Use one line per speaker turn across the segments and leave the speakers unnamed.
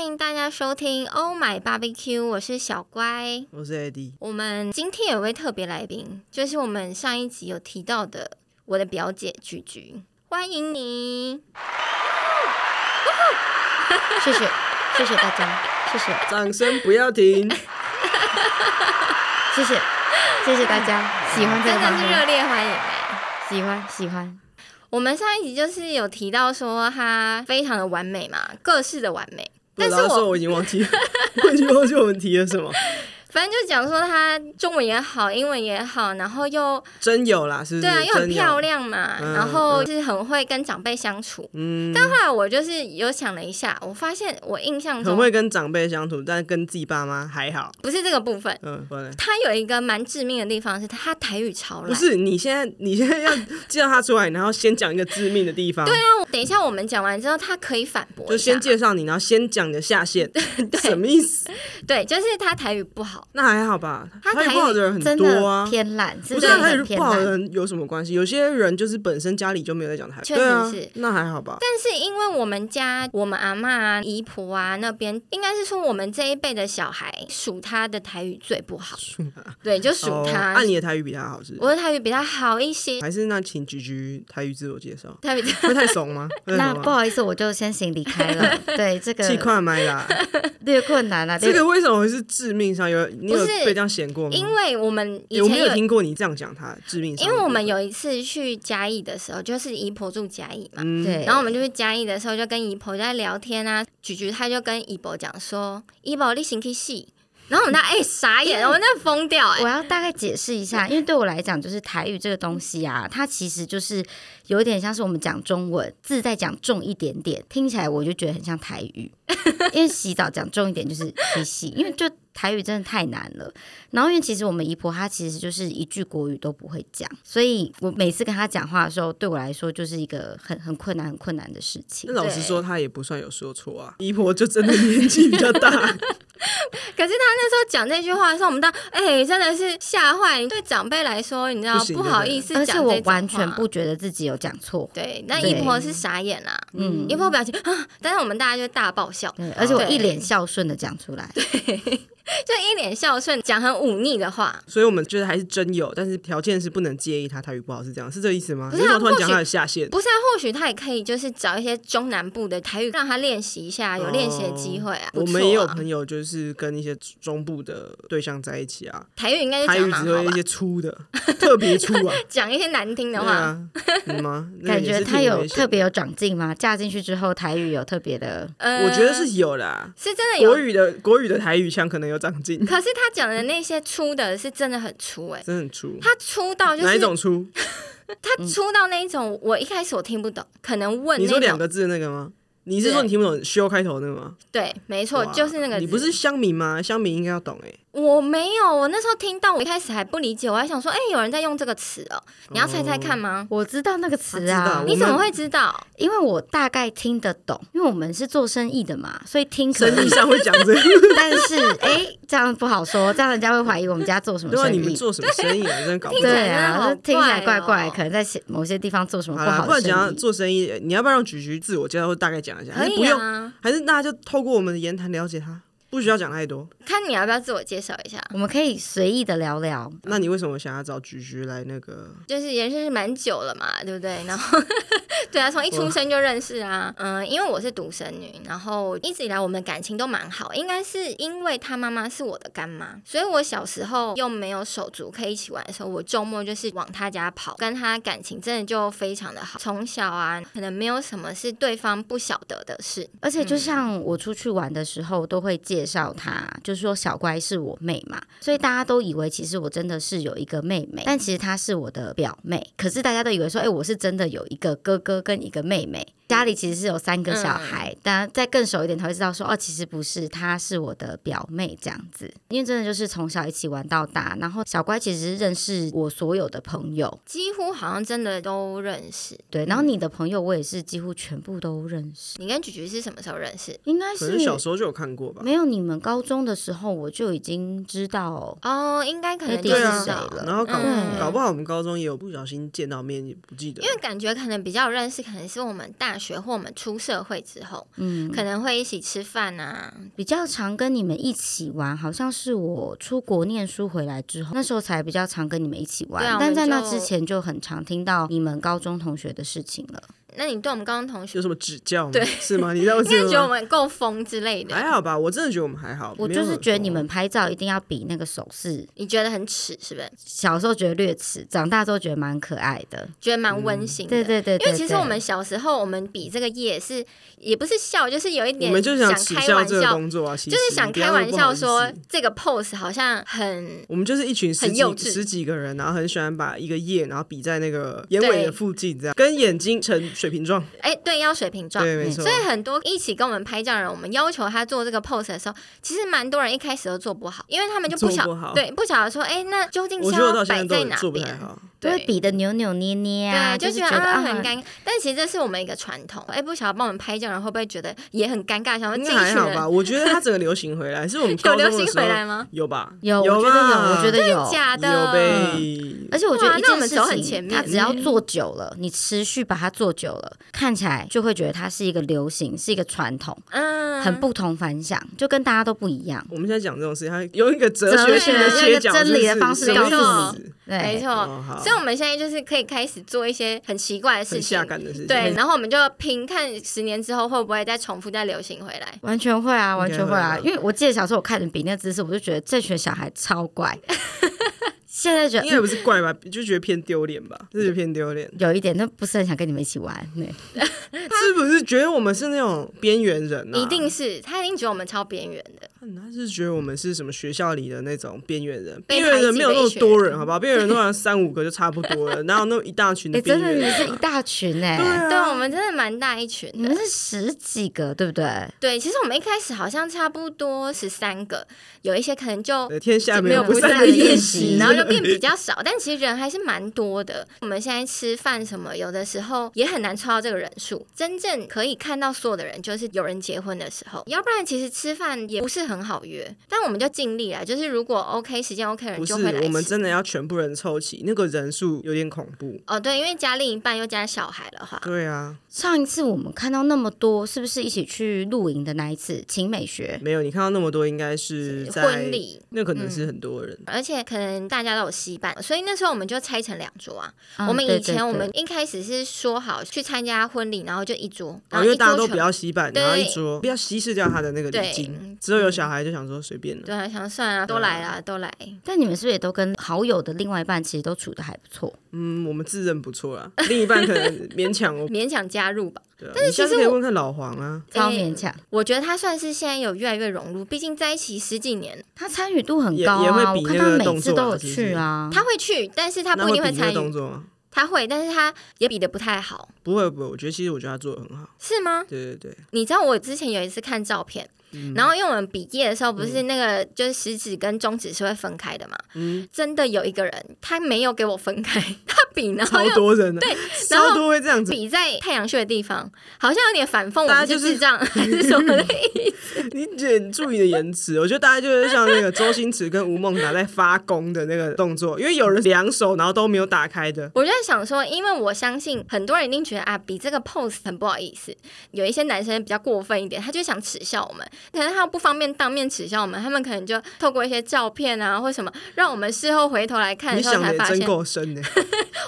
迎大家收听《Oh My Barbecue》，我是小乖。
我是 AD，
我们今天有位特别来宾，就是我们上一集有提到的我的表姐菊菊，欢迎你！谢谢，谢谢大家，谢谢，
掌声不要停。
谢谢，谢谢大家，喜欢这
真
个
的
方
是热
面，
烈欢迎哎、
喜欢喜欢，
我们上一集就是有提到说她非常的完美嘛，各式的完美， 但
对
是
然后说
我
我已经忘记了， 我已经忘记我们提了什么。
反正就讲说她中文也好，英文也好，然后又
真有啦，是不是？
对啊，又很
真有
漂。亮嘛，
嗯
然后就是很会跟长辈相处。
嗯，
但后来我就是有想了一下，我发现我印象
很
中
会跟长辈相处，但跟自己爸妈还好。
不是这个部分。
嗯，不然呢
他有一个蛮致命的地方是，他台语超烂。
不是你现在，你现在要介绍他出来，然后先讲一个致命的地方，对啊，
那我等一下我们讲完之后，他可以反驳
就
一下
先介绍你，然后先讲你的 下限，什么意思？
对，就是他台语不好，
那还好吧，
他
台语
台
不好的人很
真
多啊
的。偏懒，是
不
不
是
是
啊台语
很
不
偏
好的
懒？
人有什么关系？有些人就是本身家里就没有在讲台语，
确
对啊
实是，
那还好吧。
但是因为我们家我们阿嬷啊、姨婆啊那边，应该是说我们这一辈的小孩数他的台语最不好，对，就数
哦
他。
啊，你的台语比他好是不是？
我的台语比他好一些，
还是那请菊菊台语自我介绍，
台语
会太怂 吗？会太
那
怂吗
不好意思，我就先行离开 了。对，这
气
个
快麦 啦！
略困难了，
这
略
个为什么会是致命伤？有你有
不是
被这样嫌过吗？
因为我们以
欸哦我
前
没有
有
听过你这样讲他致命伤
因
的部分。
为我们有一次去嘉义的时候，就是姨婆住嘉义嘛，
嗯
对
然后我们就去嘉义的时候，就跟姨婆在聊天啊。菊菊她就跟姨婆讲说：“姨婆，你行去戏。”然后我们那哎、傻眼，我们那疯掉 哎、
我要大概解释一
嗯
下，因为对我来讲，就是台语这个东西啊，它其实就是有一点像是我们讲中文字再讲重一点点，听起来我就觉得很像台 语。因为洗澡讲重一点就是提洗，因为就台语真的太难了。然后因为其实我们姨婆她其实就是一句国语都不会讲，所以我每次跟她讲话的时候，对我来说就是一个很 很困难、很困难的事情
那。老实说，他也不算有说错啊。姨婆就真的年纪比较 大，
可是她那时候讲这句话的时候，我们到哎、真的是吓坏。对长辈来说，你知道
不行
不好意思
而
讲这
且
种话，
我完全不觉得自己有讲错。
对。那
对
姨婆是傻眼啦、
嗯
姨婆表情啊，但是我们大家就大爆笑，
对，而且我
对
一脸孝顺的讲出来。
就一脸孝顺，讲很忤逆的话。
所以我们觉得还是真有，但是条件是不能介意他台语不好，是这样，是这个意思吗？
不
你
是啊
为什么突然
或许
讲他的下限？
不是啊，或许他也可以，就是找一些中南部的台语，让他练习一下，有练习的机会啊。
我
不错
们
啊
也有朋友就是跟一些中部的对象在一起啊，
台语，应该是
台
讲
语
蛮
只
好
会一
吧
些？粗的， 特别粗 啊。
讲一些难听的
对
话，
啊，嗯 吗？那
感
也
觉
是
他
挺
有
危险
特
的
别有长进吗？嫁进去之后，台语有特别的，
呃，
啊我觉得是有啦。
是真的
国
有。
语的国语的台语腔可能有长进，
可是他讲的那些粗的是真的很粗哎、
真的很粗。
他粗到就
哪一
是
种粗？
他粗到那一种，我一开始我听不懂，可能问
你说
那
两
种
个字的那个吗？你是说你听不懂“修”开头那个吗？
对，没错，
哇
就是那个字。
你不是乡民吗？乡民应该要懂 哎。
我没有，我那时候听到，我一开始还不理解，我还想说，哎、有人在用这个词哦、你要猜猜看吗？
我知道那个
他
词
知道
啊
哦我，
你怎么
们
会知道？
因为我大概听得懂，因为我们是做生意的嘛，所以听可
生意
以。
上会讲这个，
但是哎、这样不好说，这样人家会怀疑我们家做什么
对啊，
生
你们
意。
做什么生意啊？真的搞不懂。
对啊，
听
听
起
起
来
来
怪怪
怪
哦
怪，可能在某些地方做什么
好
不
啦，
好
不然
的
讲到
生意。
做生意，你要不要让菊菊自我介绍或大概讲一下？
可
还是
以
不用，
啊，
还是大家就透过我们的言谈了解他，不需要讲太多。
看你要不要自我介绍一下。
我们可以随意的聊聊，
那你为什么想要找菊菊来那个？
就是也是蛮久了嘛，对不对？然后对啊，从一出生就认识啊。嗯，因为我是独生女，然后一直以来我们感情都蛮好，应该是因为她妈妈是我的干妈，所以我小时候又没有手足可以一起玩的时候，我周末就是往她家跑，跟她感情真的就非常的好。从小啊，可能没有什么是对方不晓得的事。
而且
嗯
就像我出去玩的时候，都会介绍她，就是说小乖是我妹嘛，所以大家都以为其实我真的是有一个妹妹，但其实她是我的表妹。可是大家都以为说，哎、我是真的有一个哥哥跟一个妹妹。家里其实是有三个
嗯
小孩，但再更熟一点才会知道说，哦，其实不是，她是我的表妹这样子。因为真的就是从小一起玩到大，然后小乖其实是认识我所有的朋友，
几乎好像真的都认识。
对，然后
嗯
你的朋友我也是几乎全部都认识，
你跟菊菊是什么时候认识？
应该
可
是
能小时候就有看过吧。
没有，你们高中的时候我就已经知道，
哦，应该可能
那
就是
第
对
四
啊
知
谁
道
了
然后搞、
嗯
搞不好我们高中也有不小心见到面，也不记得。
因为感觉可能比较认识，可能是我们大大学或我们出社会之后，
嗯，
可能会一起吃饭啊，
比较常跟你们一起玩，好像是我出国念书回来之后，那时候才比较常跟你们一起玩。
对啊
但在那
我们就
之前就很常听到你们高中同学的事情了。
那你对我们高中同学
有什么指教吗？
对
是吗？你这样
应该
子
觉得我们够疯之类
还
的，
好吧？我真的觉得我们还好。
我
没
就
有
是
很
觉得你
疯
们拍照一定要比那个手势，
你觉得很耻是不是？
小时候觉得略耻，长大之后觉得蛮可爱的。
觉得蛮温
嗯
馨的。
对对对对
因为其实
对
我们小时候，我们比这个夜是也不是笑，就是有一点
我们就是
想
耻
开
笑
玩
这个
笑，
工作啊，其
就是
实
想
不
开
要
玩
不
笑
好意
说
思
这个 pose 好像很
我们就是一群十
很
几
幼稚
十几个人，然后很喜欢把一个叶，然后比在那个眼尾
对
的附近，这样跟眼睛成水平状。
哎、对要水平状。嗯
对，啊没错
所。以很多一起跟我们拍照的人，我们要求他做这个 pose 的时候，其实蛮多人一开始都做不好，因为他们就不
做
晓
不好
对不晓得说，哎、那究竟
我
是
觉得我
要
到现
摆
在都
在
有
哪
做不太
边？啊
好。
就会
对
比的扭扭捏捏啊，
对，就
就是
觉
得
啊很尴尬。但其实这是我们一个传统，哎、不晓得帮我们拍照的人会不会觉得也很尴尬，想说
应
这
该
一
还
群
好
人
吧？我觉得它整个流行回来，是我们
有
高
流
中
行
的时
回来
候
吗？
有吧？
有，
有
我觉得
吧
有，我觉得嗯有。
假的，
有呗。
而且我觉
哇
得一
啊那我
件
们
事
走很前
情，
面嗯
它只要做久了，你持续把它做久了，看起来就会觉得它是一个流行，是一个传统，
嗯，
很不同凡响，就跟大家都不一样。
我们现在讲这种事情，它用一个哲
哲
学性的
学
用一
切
个
角，
真
是不
理的
是
方式
什么
告诉
意思
对，
没错。
哦好
所以我们现在就是可以开始做一些很奇怪的事
很
情
下，感的事情。
对，，然后我们就拼看十年之后会不会再重复再流行回来。
完全会啊，完全会啊！
应该会吧
因为我记得小时候我看你比那姿势，我就觉得这群小孩超 怪。现在觉得嗯
应该不是怪吧？就觉得偏丢脸吧，就觉得偏丢脸。
有一点，就不是很想跟你们一起玩。对，
是不是觉得我们是那种边缘人啊？
一定是他一定觉得我们超边缘的，
他是觉得我们是什么学校里的那种边缘人，
被
边
排挤
缘人没有那么多人，
被
好不好？边缘人通常三五个就差不多了，哪有那么一大群
哎、
的边
真
缘
的
人
你们
啊？
是一大群哎、
对
对
啊，
我们真的蛮大一群
你
的
嗯
们。是十几个，对不对？
对，其实我们一开始好像差不多十三个，有一些可能就
呃天下
没有
有不
不散
散
的宴
宴
席，
席，
然后就变比较少，但其实人还是蛮多的。我们现在吃饭什么，有的时候也很难抽到这个人数。真正可以看到所有的人，就是有人结婚的时候，要不然其实吃饭也不是很好约。但我们就尽力啦，就是如果 OK 时间 OK 的人
不是
就会来
我们
吃。
真的要全部人凑齐，那个人数有点恐怖。
哦，对，因为加另一半又加小孩的话，
对啊，
上一次我们看到那么多，是不是一起去露营的那一次？晴美学
没有你看到那么多，应该是嗯在
婚，礼。嗯
那可能是很多人。哦
而且可能大家都有戏伴，所以那时候我们就拆成两桌啊。
嗯
我们
对
以
对
前我
对
们一开始是说好去参加婚礼，然后就一桌，然后
然后哦因
一
为大家
桌
都
全
不要洗版，
对
然后一桌不要稀释掉他的那个礼
对嗯
金。之后有小孩就想说随便了，
对啊，想算啊，都来啦，都来。。
但你们是不是也都跟好友的另外一半其实都处的还不错？
嗯，我们自认不错啦，另一半可能勉强哦
勉强加入吧，
对啊
但是
你下
其
次
实
可以
我
问看老黄啊，
超
诶
勉强，
我觉得他算是现在有越来越融入，毕竟在一起十几年，
他参与度很
也
高
也
啊，
会
我
比
看
那个
他每
动
次
作
都
啊是
有
不
去
是
啊。
他会去，但是他
那
不一定
比
会
那个
参
动
与，
作吗？
他会，但是他也比的不太好，
不会不会，我觉得其实我觉得他做的很好。
是吗？
对对 对，
你知道我之前有一次看照片，
嗯
然后因为我们毕业的时候不是那个就是食指跟中指是会分开的嘛，
嗯
真的有一个人他没有给我分开，他比然后
超
又
多人的，对，
然后
超多会这样子。
比在太阳穴的地方，好像有点反讽我
大
们
家就是
是智 障还是什么的，
你得注意你的言辞，我觉得大家就是像那个周星驰跟吴孟达在发功的那个动作，因为有人两手然后都没有打开的，
我就在想说，因为我相信很多人一定觉得啊，比这个 pose 很不好意思。有一些男生比较过分一点，他就想耻笑我们，可能他又不方便当面耻笑我们，他们可能就透过一些照片啊或什么，让我们事后回头来看的
你
时候
想的
才
也
发
真
现，
够 深的、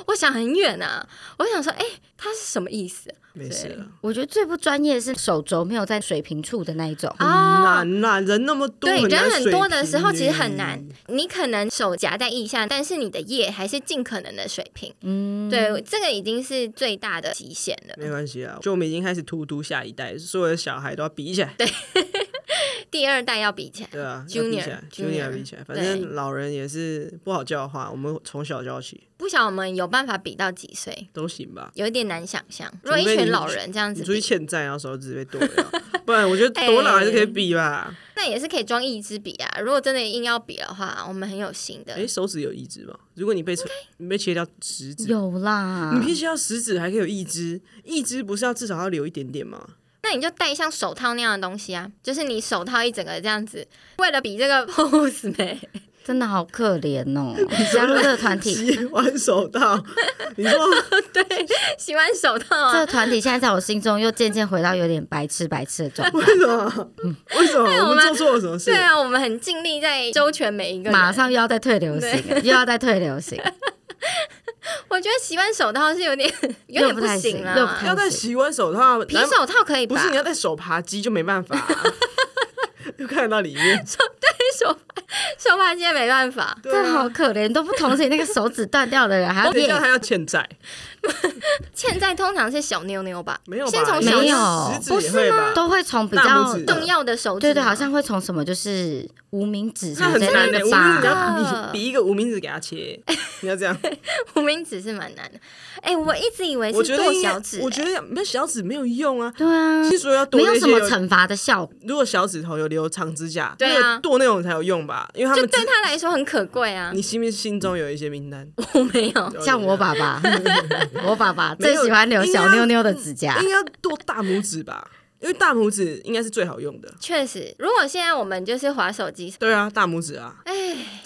我想很远啊，我想说，哎、他是什么意思
没事了。
我觉得最不专业的是手肘没有在水平处的那一种，
很
啊？
难啦，人那么多，
对，人
难
很多
水
的
平
时候其实
欸
很难，你可能手夹在腋下，但是你的腋还是尽可能的水平。嗯，对，这个已经是最大的极限了。
没关系啊，就我们已经开始荼毒下一代，所有的小孩都要比起来，
第二代要比起来，
对啊
Junior，
要比起来
Junior，
，Junior 比起来，反
对
正老人也是不好教化，我们从小教起
不晓得我们有办法比到几岁。
都行吧。
有一点难想象，如果
除非
一
你
群老人这样
你
子
出
比，
去
哎
欠债，然后手指被剁掉，不然我 觉得多老还是可以比吧。
那也是可以装一支笔啊。如果真的硬要比的话，我们很有心的。
哎，手指有一只吧？如果你被你被切掉食指，
有
啊
啦
你，必须要食指还可以有一只，一只不是要至少要留一点点吗？
那你就戴像手套那样的东西啊，就是你手套一整个这样子，为了比这个 pose 美。
真的好可怜 哦！加入这个团体，
洗完手套，你说
洗完手套
这
啊
个，团体现在在我心中又渐渐回到有点白痴白痴的 状态。
为什么？为什么我
啊我
们
们
做错了什么事
对？啊，我们很尽力在周全每一个人。
马上又要再退流行了， 又要再退 流
啊
行，
我觉得洗完手套是有点有
又
点
不太
行
行又不
啦
太，
要戴洗完手套，
皮
然后
手套可以吧？
不是你要戴手扒鸡就没办法 啊、又看得到里面，
手帕手帕今天没办法，
对
这
啊
好可怜，都不同情那个手指断掉的人，还要
我等一
练
下还要欠债，
欠债通常是小妞妞吧？
没有吧？
先从小
没
妞
有
食指也会吧？
都会从比
大
较
拇指
动要的手指，
对对，好像会从什么就是无名指什
那
么
很
之
难
类
的、
的
无名指你
吧。
要比比一个无名指给他切，你要这样。
无名指是蛮难的。哎，我一直以为
我
是
觉得
剁
应该
小指，
我觉得没有小指没有用啊。
对啊，
是说要剁
没
那
有
些
什么惩罚的效果。
如果小指头有留长指甲，
对啊
那个剁那种才有用吧？因为他
就
们
对他来说很可贵啊。
你心不心中有一些名单？
我没有，
像我爸爸， 我爸爸
没
最
有
喜欢留小妞妞的指甲，
应该要剁大拇指吧，因为大拇指应该是最好用的。
确实，如果现在我们就是划手机，哎
对啊，大拇指啊，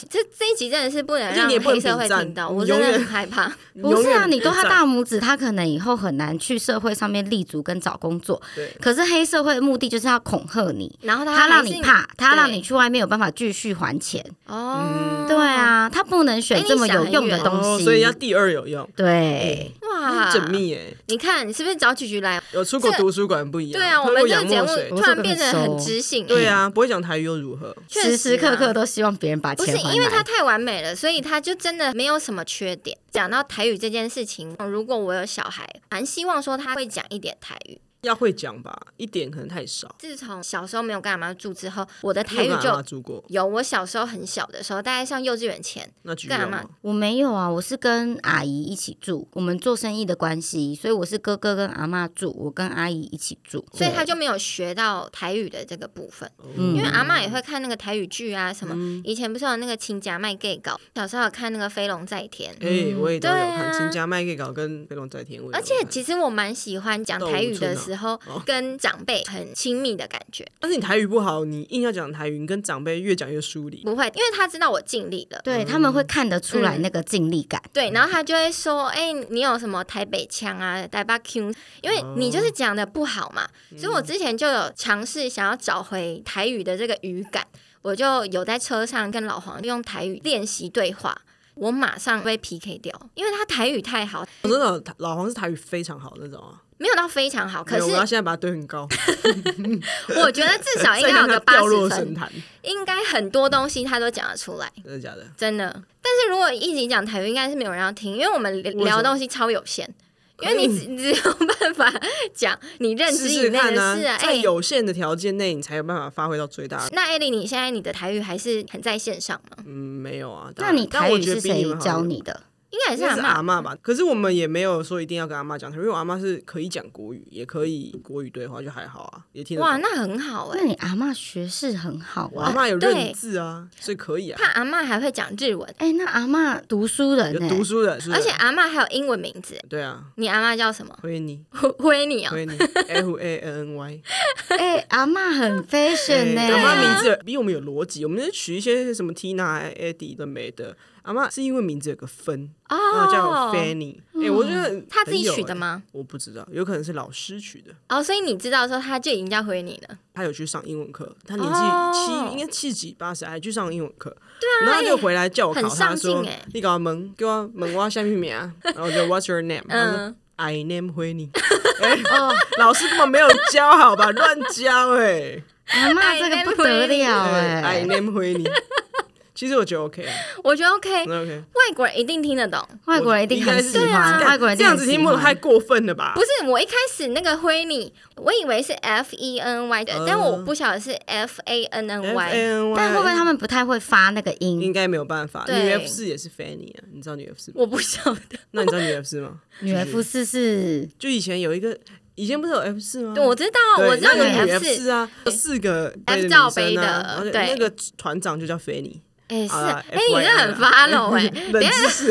这这一集真的是不能
而且
让
你也不能
黑社会
比赞
听到，
你
我真的
永远
很害 怕。
不是啊，
永远
你
不
剁他
在
大拇指，他可能以后很难去社会上面立足跟找工作。
对，
可是黑社会的目的就是要恐吓你，
然后
他
他
让
啊还是
你怕，他让
对
你去外面有办法继续还钱。
哦，
对，啊，他不能选
哎
这么
你想
有用的
很远
东
哦，
西。
所以要哎第二有用，
哎
对，
哇，
缜。密哎，
你看，你是不是找菊菊来？
有出国
这
图书馆不一样，
啊对啊，我
喝
们
过
这
洋
个节
墨
目
水，
突然变得很知性。
对啊，不会讲台语又如何？
确
时
实
时刻
啊
刻都希望别人把
不
钱
是
还来。
因为他太完美了，所以他就真的没有什么缺点。讲到台语这件事情，哦如果我有小孩，蛮希望说他会讲一点台语。
要会讲吧，一点可能太少。
自从小时候没有跟阿妈住之后，我的
你
台
有
语
跟阿
就
妈住过，
有。我小时候很小的时候，大概上幼稚园前，
那举
跟阿
有
嬷
吗？
我没有啊，我是跟阿姨一起住，我们做生意的关系，所以我是哥哥跟阿嬷住，我跟阿姨一起住，
所以他就没有学到台语的这个部分。
嗯
哦
因为阿妈也会看那个台语剧啊，什么、
嗯
以前不是有那个《亲家卖 gay 稿》，小时候有看那个《飞龙在天》
哎，我也都有
对
看《
啊哎
亲家麦给搞》跟《飞龙在哎天》，我也都
而
有
且
看，
其实我蛮喜欢讲台语的时候
哦，
跟长辈很亲密的感觉，
但是你台语不好，你硬要讲台语，你跟长辈越讲越疏离。
不会，因为他知道我尽力了。
对他们会看得出
嗯
来那个尽力感。
对，然后他就会说：“哎、你有什么台北腔啊，台北腔？因为你就是
哦
讲的不好嘛。所
嗯
以我之前就有尝试想要找回台语的这个语感，我就有在车上跟老黄用台语练习对话，我马上被 PK 掉，因为他台语太好，
我真的老黄是台语非常好那种啊，
没有到非常好，可
没有
是
我要现在把它堆很高，
我觉得至 少应 该有
再
个
让它
八
掉落
十
神
分，
坛，
应该很多东西他都讲得出来。
真的假的？
真的。但是如果一直讲台语，应该是没有人要听，因为我们
为什
聊
么
的东西超有限。因为 你只只有办法讲你认知
试
以
试
内的
看
事啊，
在
哎、
有限的条件内，你才有办法发挥到最大。
那艾莉，你现在你的台语还是很在线上吗？
嗯，没有啊。当
那
然
你
但
台
我
语
觉
是
得比你
谁
们好
教？你的？
应该也
应
是
该
阿
是
妈
阿。妈吧，可是我们也没有说一定要跟阿妈讲台语，因为我阿妈是可以讲国语，也可以国语对话，就还好啊，也听得
哇，
懂。
那很好哎、
那你阿嬷学识很好
我阿
啊。
妈有
对
认字啊，所以可以啊
他。阿妈还会讲日文，
哎、那阿嬷读书人
有
呢、
读书的，是不是
欸
啊
而且阿妈还有英文名字、哎
对啊，
你阿妈叫什么？
灰你
灰你哦、
灰 你 F A N N Y。
哎、阿 嬷很 fashion 呢、
哎阿妈名字有比我们有逻辑，我们就取一些什么 Tina、Eddie 的没的。阿妈是因为名字有个分，然后叫
哦，
Fanny。哎、我觉得很
他自己取？
很
的
有欸
吗？
我不知道，有可能是老师取的。
哦，所以你知道说他就已经叫灰你了，
他有去上英文课，他年
哦
纪七、应该七几八十，还去上英文课。对啊，然后他就回来叫我考，
很
他
上进
说
欸：“
你搞蒙，给我蒙我下面名啊。”然后我就 What's your name？他说
嗯
：“I name 灰你。哎，老师根本没有教好吧，乱教哎、
阿嬷这个不得了哎、
对，I name 灰你。其实我觉得 OK，啊
我觉得 OK，
那 OK。
外国人一定听得懂。
外国人一定
哎应该
很
是
喜
这样
欢，
子
外国人一
这
定
样
很
子
喜
听不懂
欢
太过分了吧？
不是，我一开始那个灰你，我以为是 F E N Y 的，
嗯
但我不晓得是 F A N N Y。
，FNY
但会不会他们不太会发那个音？
应该没有办法？女
对
F 四也是 Fanny 啊，你知道女 F 四吗？
我不晓得，
那你知道女 F 四吗？
女 F 四是
就以前有一个，以前不是有 F 四吗？
对我知道啊，
嗯对
我知道
那个女
F
F
四，
四啊，有四个
F
对
罩杯
女生啊
的
然后就
对
那个船长就叫 Fanny，
哎、是
好啦
哎、你这
FYI
很
啦
follow 哎、
冷知识，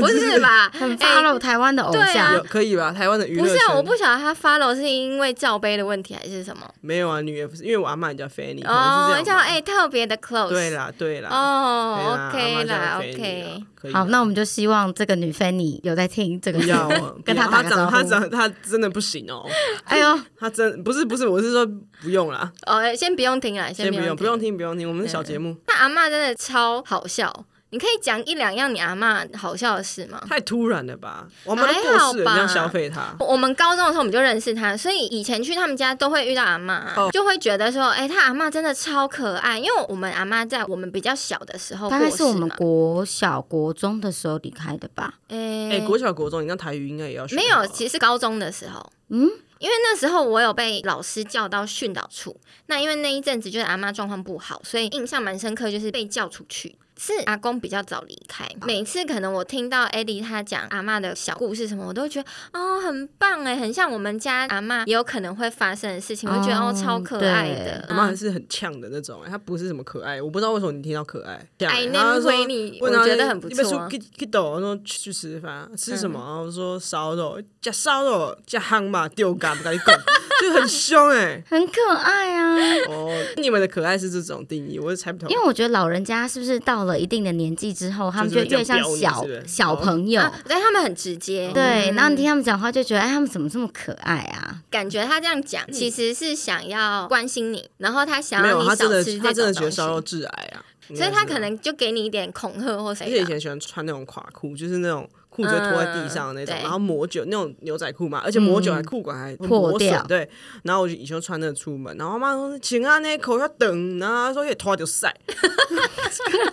不
知识
是？吧？
很 follow 台湾的偶
对啊
像
有。可以吧？台湾的娱乐
不是啊，
圈
我不晓得他 follow 是因为罩杯的问题还是什么。
没有啊，女 F，因为我阿妈也叫 Fanny，可
哦，
能
人
是这
家
样吧。
哎、特别的 close。
对。啦，对啊啦，
哦，OK
对啦
啦
阿嬷叫 Fanny
，OK
啦。啊可以啦
好，那我们就希望这个女芬妮有在听这个
不
节
要
目，，
啊
跟
不要他
打个
长
招
他
呼。
长他真的不行哦，
哎呦，
他真不是不是，我是说不用啦，
哦， 先不用听啦，
先不
不
用
不
不用。听不用听，我们是小节目
那阿嬷真的超好笑，你可以讲一两样你阿嬷好笑的事吗？
太突然了吧？我们的
还
过
好
世了，
吧
你这样消费他，
我们高中的时候我们就认识他，所以以前去他们家都会遇到阿嬷，啊
哦
就会觉得说，哎、他阿嬷真的超可爱，因为我们阿嬷在我们比较小的时候
大
过世
概
啊
是我们
嘛，
国小、国中的时候离开的吧？
哎、
哎，国小国中，你那台语应该也要学
没
好
有，
啊
其实是高中的时候。
嗯，
因为那时候我有被老师叫到训导处，那因为那一阵子就是阿妈状况不好，所以印象蛮深刻，就是被叫出去。是阿公比较早离开，
啊
每次可能我听到艾莉她讲阿妈的小故事什么，我都会觉得哦很棒哎，很像我们家阿妈也有可能会发生的事情，我就觉得哦
哦
超可爱的。
嗯
嗯
我妈还是很呛的那种、欸，她不是什么可爱，我不知道为什么你听到可爱。呛
哎
欸
那
她说
回你
问她
我觉得很不
你们
错嗯啊
去去抖，我说去去吃饭，啊吃什么？然后说烧肉，加烧肉，加夯嘛，丢干不跟你讲， 就很凶哎、
很可爱 啊！
哦，你们的可爱是这种定义，我是猜不透。
因为我觉得老人家是不是到了一定的年纪之后，他们就越像
就是这样
小
标你是不是
小朋友？
啊，对他们很直接，
对，
嗯
然后你听他们讲话就觉得，哎，他们怎么这么可爱啊？
感觉他这样讲其实是想要关心你，然后他想
嗯没
要
有，
你
她真
少
的
吃这
她
种
真的觉
东
得
西
烧肉致癌啊，
所以他
应该是
可
啊
能就给你一点恐吓或谁
而且以前喜欢穿那种垮裤，就是那种裤子会拖在地上的那种，
嗯嗯对嗯
然后抹酒那种牛仔裤嘛，而且抹酒还裤管还会
破
磨损
掉
对，然后我就以前就穿那个出门，然后我妈说：“请啊，那口要等啊。”她说：“也脱就 晒，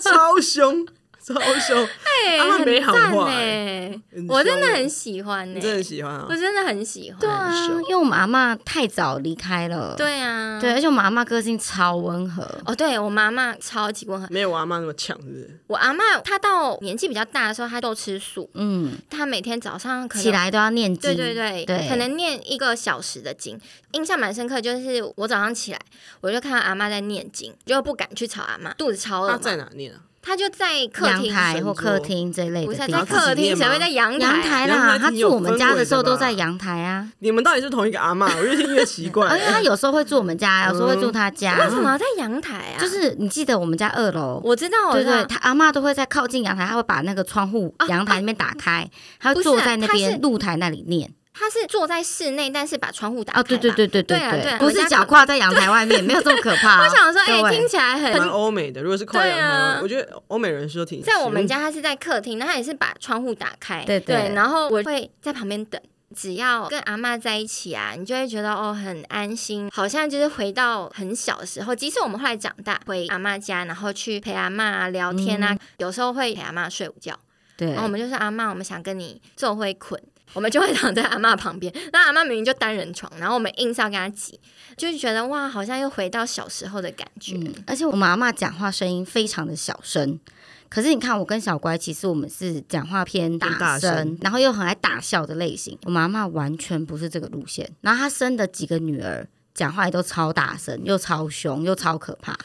超凶，超 凶。
对
阿嬷啊没好话欸
哎
很，
我真的
凶
很喜欢呢、
你真的喜欢啊
我？真的很喜欢，
对啊
小，
因为我们阿妈太早离开了，
对啊，
对，而且我们阿妈个性超温和，
哦，对我妈妈超级温和，
没有我阿妈那么强，是不是？
我阿妈她到年纪比较大的时候，她都吃素，
嗯，
她每天早上可能
起。来都要念经，
对对对，
对，
可能念一个小时的经，印象蛮深刻。就是我早上起来，我就看到阿妈在念经，就不敢去吵阿妈，肚子超饿
她
嘛，
在哪念啊？
她就在客
阳
厅，
台或客厅这类
不
的
是啊
地
在
方。
客厅，
自己念吗
谁会在阳
阳
台啊？
台
阳
啦，
台
他
挺有
住我们家
氛围
的时候
的吧
都在阳台啊，
你们到底是同一个阿妈？我越听越奇 怪、
哎
而且他有时候会住我们家，有时候会
嗯
住他家，
为什么要在阳台啊？
啊就是你记得我们家二楼，
我知道，我
对
知道
对，，他阿妈都会在靠近阳台，他会把那个窗户
哦啊
阳台那边打开，他
不
会
是啊
坐在那
他
边
是
露台那里念。
他是坐在室内，但是把窗户打开。
哦，对对。对对
对啊对啊
不
人
是
家
脚
可
跨在阳台外面，没有这么可怕啊。
我想说，哎、
各位
听起来很
蛮欧美的，如果是跨
对
洋台湾
啊
我觉得欧美人是都挺
在我们
凶
家，他是在客厅，那他也是把窗户打开，
对对
然后我会在旁边等。只要跟阿嬷在一起啊，你就会觉得哦很安心，好像就是回到很小的时候。即使我们后来长大，回阿嬷家，然后去陪阿嬷啊聊天
嗯
啊，有时候会陪阿嬷睡午觉，
对
然后我们就说阿嬷，我们想跟你做会捆， 我们就会躺在阿嬷旁边。 那阿嬷明明就单人床，然后我们硬是要跟她挤，就是觉得哇，好像又回到小时候的感觉。
嗯，而且我们阿妈讲话声音非常的小声，可是你看我跟小乖，其实我们是讲话偏
偏大
大
声
声，然后又很爱大笑的类型。我妈妈完全不是这个路线，然后她生的几个女儿。讲话也都超大声，又超凶，又超可怕。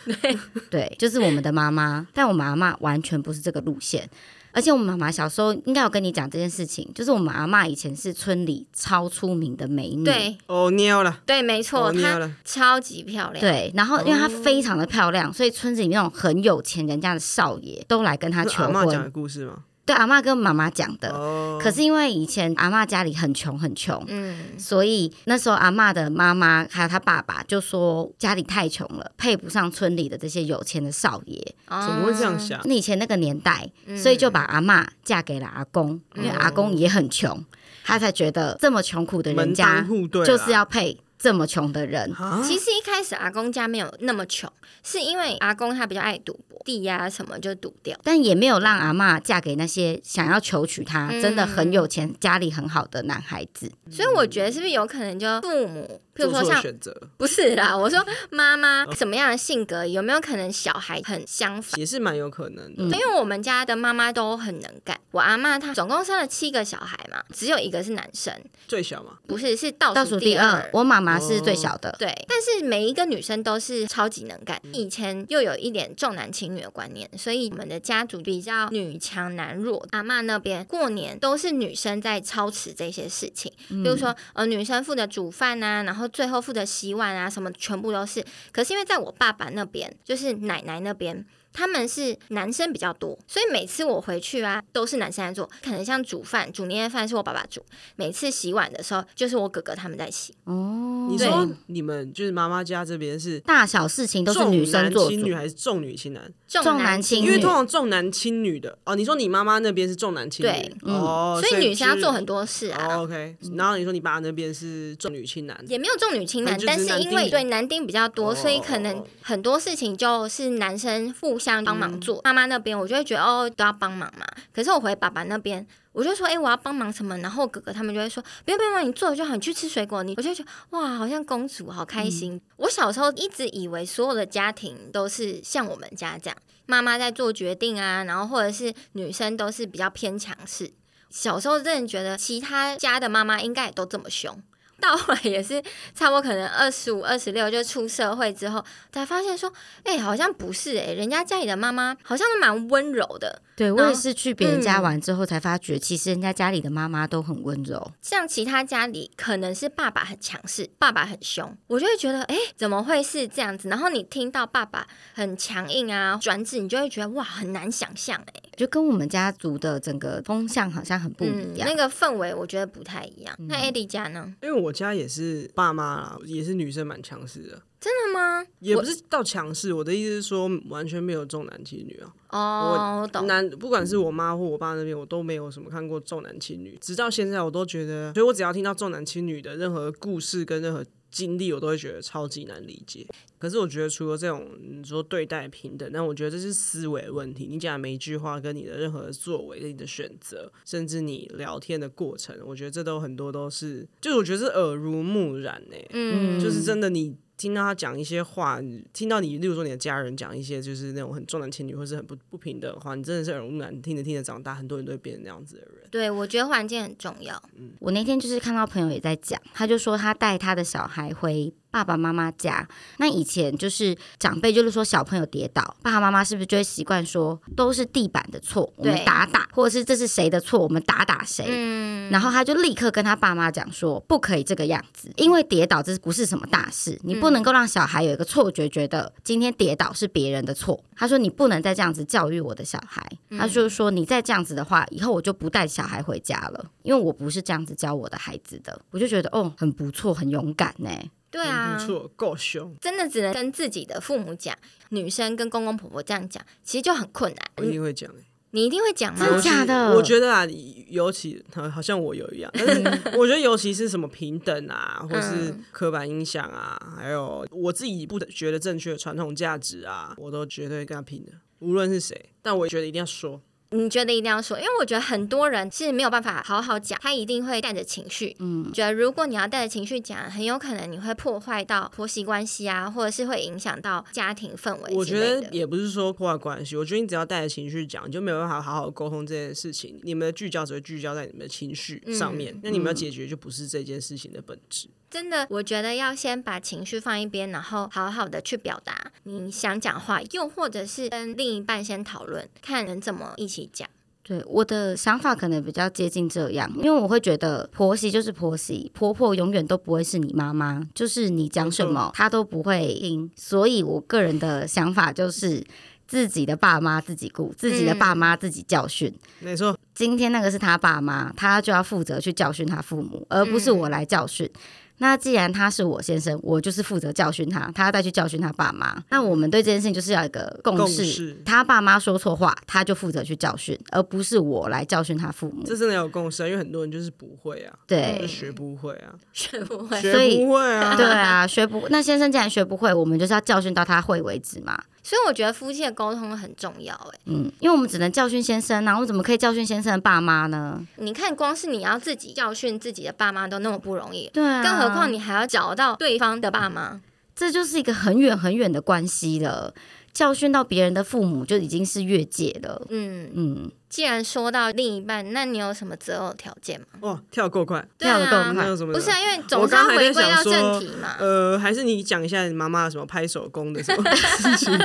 对，就是我们的妈妈，但我妈妈完全不是这个路线。而且我妈妈小时候应该有跟你讲这件事情，就是我们阿妈以前是村里超出名的美女，
对
哦尿了，
对，没错，
哦
她
尿了，
超级漂亮。
对，然后因为她
哦
非常的漂亮，所以村子里那种很有钱人家的少爷都来跟她
是
求
阿妈讲的
婚。
故事吗？
对，阿嬷跟妈妈讲的。
哦，
可是因为以前阿嬷家里很穷很穷，
嗯，
所以那时候阿嬷的妈妈还有她爸爸就说家里太穷了，配不上村里的这些有钱的少爷。
怎
怎么会这样？想？
那以前那个年代，
哦嗯
所以就把阿嬷嫁给了阿公，因为
嗯
阿公也很穷，他才觉得这么穷苦的人
门
家
当户对啦，
就是要配这么穷的人。
啊，
嗯其实一开始阿公家没有那么穷，是因为阿公他比较爱赌博，地呀、什么就赌掉。
但也没有让阿嬷嫁给那些想要求娶她、
嗯
真的很有钱、家里很好的男孩子。
所以我觉得是不是有可能就父母，譬如
做
说
错
像
选择
不是啦，我说妈妈
嗯
什么样的性格，有没有可能小孩很相反？
也是蛮有可能的。
嗯
因为我们家的妈妈都很能干，我阿妈她总共生了七个小孩嘛，只有一个是男生，
最小嘛，
哦不是是倒
倒
数
数
第
第
二哦
二，。我妈妈是最小的，
对，但是每一个女生都是超级能干。
嗯
以前又有一点重男轻女的观念，所以我们的家族比较女强男弱。阿嬷那边过年都是女生在操持这些事情，
嗯
比如说呃女生负责煮饭啊，然后最后负责洗碗啊，什么全部都是。可是因为在我爸爸那边，就是奶奶那边。他们是男生比较多，所以每次我回去啊，都是男生在做。可能像煮饭、煮年夜饭是我爸爸煮，每次洗碗的时候就是我哥哥他们在洗。
哦，
你
对
说你们就是妈妈家这边是
大小事情都是女
重
生
男
做
轻女
主，
还是重女轻男？
重
重
男
男
轻
轻
因
女
为通常重男轻女的哦，你说你妈妈那边是重男轻
对
女，
嗯
哦，
所以女生要
就是
做很多事啊。
哦、OK，然后你说你爸那边是重女轻男，
也没有重女轻
那
男，
就只
但
是
是
男
因
丁
为
女
对男丁比较多，
哦
所以可能很多事情就是男生互相帮忙
嗯
做。妈妈那边我就会觉得哦都要帮忙嘛，可是我回爸爸那边，我就说哎、我要帮忙什么，然后哥哥他们就会说不用不用不用，你做就好，你去吃水果，你我就觉得哇好像公主好开心。
嗯
我小时候一直以为所有的家庭都是像我们家这样，妈妈在做决定啊，然后或者是女生都是比较偏强势。小时候真的觉得其他家的妈妈应该也都这么凶，到后来也是差不多可能二十五、二十六就出社会之后，才发现说，哎、好像不是哎、人家家里的妈妈好像都蛮温柔的。
对我
然
也
后
是去别人家
嗯
玩之后才发觉，其实人家家里的妈妈都很温柔，
像其他家里可能是爸爸很强势，爸爸很凶，我就会觉得，哎、怎么会是这样子？然后你听到爸爸很强硬啊、专制，你就会觉得哇，很难想象哎、
就跟我们家族的整个风向好像很不一
嗯
样
那。
嗯
个氛围我觉得不太一样。那艾迪家呢？
因为我家也是爸妈啦，也是女生蛮强势的，
真的吗？
也
我
不是到强势，我的意思是说完全没有重男轻女啊。
哦，我懂。
男不管是我妈或我爸那边，我都没有什么看过重男轻女，直到现在我都觉得，所以我只要听到重男轻女的任何故事跟任何经历，我都会觉得超级难理解。可是我觉得，除了这种你说对待平等，但我觉得这是思维问题。你讲的每一句话，跟你的任何作为、跟你的选择，甚至你聊天的过程，我觉得这都很多都是，就是我觉得是耳濡目染欸呢、
嗯，
就是真的你。听到他讲一些话，你听到你，例如说你的家人讲一些就是那种很重男轻女或是很不不平等的话，你真的是耳濡目染，听着听着长大，很多人都会变成那样子的人。
对，我觉得环境很重要。
嗯我那天就是看到朋友也在讲，他就说他带他的小孩回爸爸妈妈家。那以前就是长辈就是说小朋友跌倒，爸爸妈妈是不是就会习惯说都是地板的错，我们
对
打打，或者是这是谁的错，我们打打谁。
嗯，
然后他就立刻跟他爸妈讲说，不可以这个样子，因为跌倒这不是什么大事，你不能够让小孩有一个错觉，觉得今天跌倒是别人的错。他说你不能再这样子教育我的小孩，他就是说你再这样子的话，以后我就不带小孩回家了，因为我不是这样子教我的孩子的。我就觉得哦，很不错，很勇敢呢、
对啊，
嗯很不错，够凶。
真的只能跟自己的父母讲，女生跟公公婆婆这样讲，其实就很困难。
我一定会讲、欸，
你一定会讲吗
真？的假的？
我觉得啊，尤其好好像我有一样，但是我觉得尤其是什么平等啊，或是
嗯
刻板印象啊，还有我自己不觉得正确的传统价值啊，我都绝对跟他拼的，无论是谁。但我觉得一定要说，
你觉得一定要说，因为我觉得很多人是没有办法好好讲，他一定会带着情绪。嗯，觉得如果你要带着情绪讲，很有可能你会破坏到婆媳关系啊，或者是会影响到家庭氛围之类的。
我觉得也不是说破坏关系，我觉得你只要带着情绪讲，你就没有办法好好沟通这件事情。你们的聚焦只会聚焦在你们的情绪
嗯
上面，那你们要解决就不是这件事情的本质。
真的，我觉得要先把情绪放一边，然后好好的去表达你想讲话，又或者是跟另一半先讨论，看能怎么一起讲。
对我的想法可能比较接近这样，因为我会觉得婆媳就是婆媳，婆婆永远都不会是你妈妈，就是你讲什
没
么她都不会听。所以我个人的想法就是，自己的爸妈自己顾，自己的爸妈自己教训。
没错，
今天那个是他爸妈，他就要负责去教训他父母，而不是我来教训。
嗯
那既然他是我先生，我就是负责教训他，他再去教训他爸妈。那我们对这件事情就是要有一个
嗯
共
共
识，
识
他爸妈说错话，他就负责去教训，而不是我来教训他父母。
这真的有共识啊，因为很多人就是不会啊，就
对。
学不会啊，
学不会。
所
学
以
不会啊，
对啊，学不那先生既然学不会，我们就是要教训到他会为止嘛。
所以我觉得夫妻的沟通很重要。哎，
嗯，因为我们只能教训先生啊，我怎么可以教训先生的爸妈呢？
你看，光是你要自己教训自己的爸妈都那么不容易，
对啊，
更何况你还要找到对方的爸妈。
这就是一个很远很远的关系了。教训到别人的父母就已经是越界了。
嗯，
嗯，
既然说到另一半，那你有什么择偶条件吗？
哇，跳够快。
对
跳得够
啊
快
那有什么？
不是啊，因为总
我
是要
刚还在
回归到
想说
正题嘛。
呃，还是你讲一下你妈妈什么拍手工的什么 事情？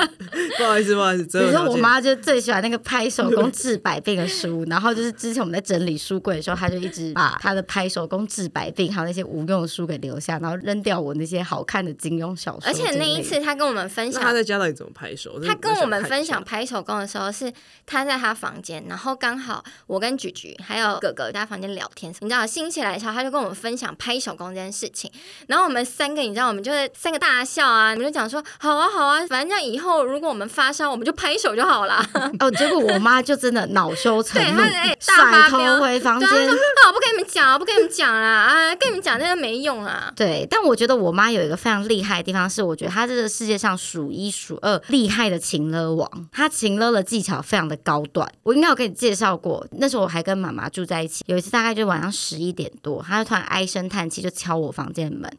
不好意思，不好意思，
比
只有
如说
了
我
解。
妈就最喜欢那个拍手工治百病的书，然后就是之前我们在整理书柜的时候，她就一直把她的拍手工治百病还有那些无用的书给留下，然后扔掉我那些好看的金庸小说
而
之类的。
且那一次他跟我们分
那
享
她在家到底怎么拍手？真的
他跟
蛮
我
想
们
看一
分
下
享拍手工的时候，是他在他房间，然后刚好我跟菊菊还有哥哥在他房间聊天，你知道心血来潮，他就跟我们分享拍手工这件事情，然后我们三个，你知道，我们就是三个大笑啊，我们就讲说好啊好啊，反正这样以后如果我们发烧，我们就拍手就 好啦。
哦，结果我妈就真的恼羞成
对
怒
她哎，大
甩
发飙
头回房
对
间
啊，。她说啊，我不跟你们讲啊，不跟你们讲啦，啊，跟你们讲那个没用啊。
对，但我觉得我妈有一个非常厉害的地方，是我觉得她这个世界上数一数二厉害的情勒王，她情勒的技巧非常的高段。我应该有跟你介绍过，那时候我还跟妈妈住在一起，有一次大概就晚上十一点多，她就突然唉声叹气，就敲我房间门，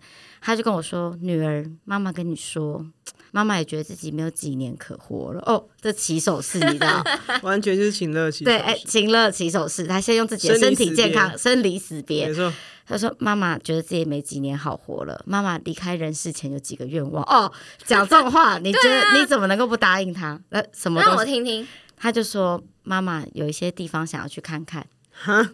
她就跟我说：“女儿，妈妈跟你说。”妈妈也觉得自己没有几年可活了哦，这起手式你知 道？
完全就是请乐其
对，
手
哎，
是
情勒起手式，她先用自己的
生
身
离
体
死
健
别
康生离死别
没，错，
他说：“妈妈觉得自己没几年好活了，妈妈离开人世前有几个愿望哦。”讲这种话， 你觉得、
啊
你怎么能够不答应他？呃，什么
让
东
我
西？
听听，
他就说：“妈妈有一些地方想要去看看，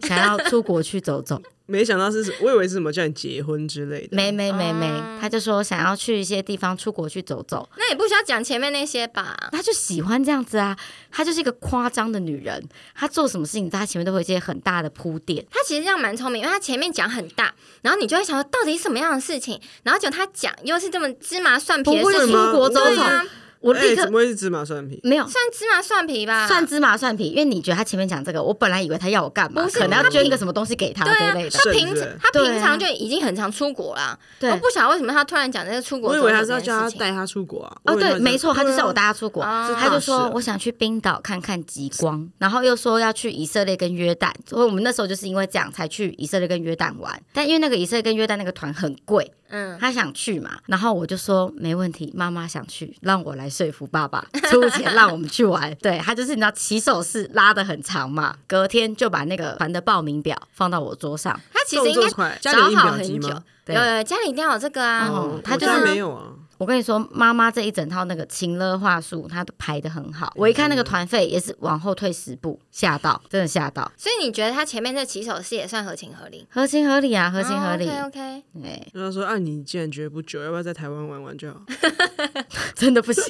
想要出国去 走走。
没想到是，我以为是什么叫你结婚之类的。
没没没没，
嗯
他就说想要去一些地方出国去走走。
那也不需要讲前面那些吧。
她就喜欢这样子啊，她就是一个夸张的女人。她做什么事情，在她前面都会有一些很大的铺垫。
他其实这样蛮聪明，因为他前面讲很大，然后你就会想说到底什么样的事情，然后结果他讲又是这么芝麻蒜皮的
不会
事
出
情，
国走
对
走，
啊，
我
哎
立刻、
怎么会是芝麻蒜皮？
没有。”
算芝麻蒜皮吧，
算芝麻蒜皮，因为你觉得他前面讲这个，我本来以为他要我干嘛，
不是
可能
他
要捐
平
个什么东西给他
对
之
啊
类，的。
他平
是不是
他
对啊
平常就已经很常出国啦，
对
哦我不晓得为什么他突然讲这个出国
我以
走走
为他
这
是要
件
叫
事
他
情。
带他出国啊。我
哦，
以为
对，
他
没错，他就是要我
对啊
带他出国，
哦
他就
大
说
事
我想去冰岛看看极光，然后又说要去以色列跟约旦，所以我们那时候就是因为这样才去以色列跟约旦玩。但因为那个以色列跟约旦那个团很贵，
嗯，
他想去嘛，然后我就说没问题，妈妈想去，让我来说服爸 爸出钱让我们去玩。 对他就是你知道起手式拉的很长嘛，隔天就把那个团的报名表放到我桌上。
他其实应
动
该
作快，家里有
找
印
好
表
很
机
久
吗？，
对
有有有家里一定要有这个啊，
哦
嗯
他
我
就
家
是
没有啊。
我跟你说，妈妈这一整套那个情乐话术，她都排的很好。我一看那个团费，也是往后退十步，吓到，嗯真的吓到。
所以你觉得他前面这起手式也算合情合理？哦
合情合理啊，合情合理。
OK OK，
哎，
然后说啊，你既然觉得不久，要不要在台湾玩玩就好？
真的不行。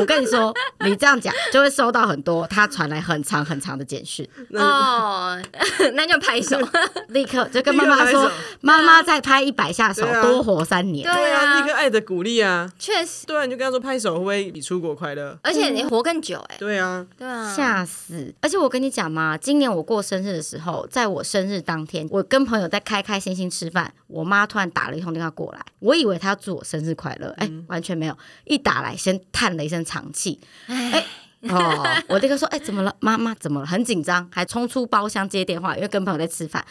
我跟你说， 你这样讲就会收到很多他传来很长很长的简讯，
哦， 那就拍手。
立刻就跟妈妈
立刻
说
拍手：“
妈妈再拍一百下手
对，啊
多活三年。”
对
对
啊
啊，立刻爱的鼓励啊。
确实，
对啊，你就跟他说拍手会不会比出国快乐？
而且你活更久哎，
对啊，
对啊，
吓死！而且我跟你讲嘛，今年我过生日的时候，在我生日当天，我跟朋友在开开心心吃饭，我妈突然打了一通电话过来，我以为她要祝我生日快乐，哎、完全没有，一打来先叹了一声长气，哎。 哦，我立刻说，哎、怎么了？妈妈怎么了？很紧张，还冲出包厢接电话，因为跟朋友在吃饭。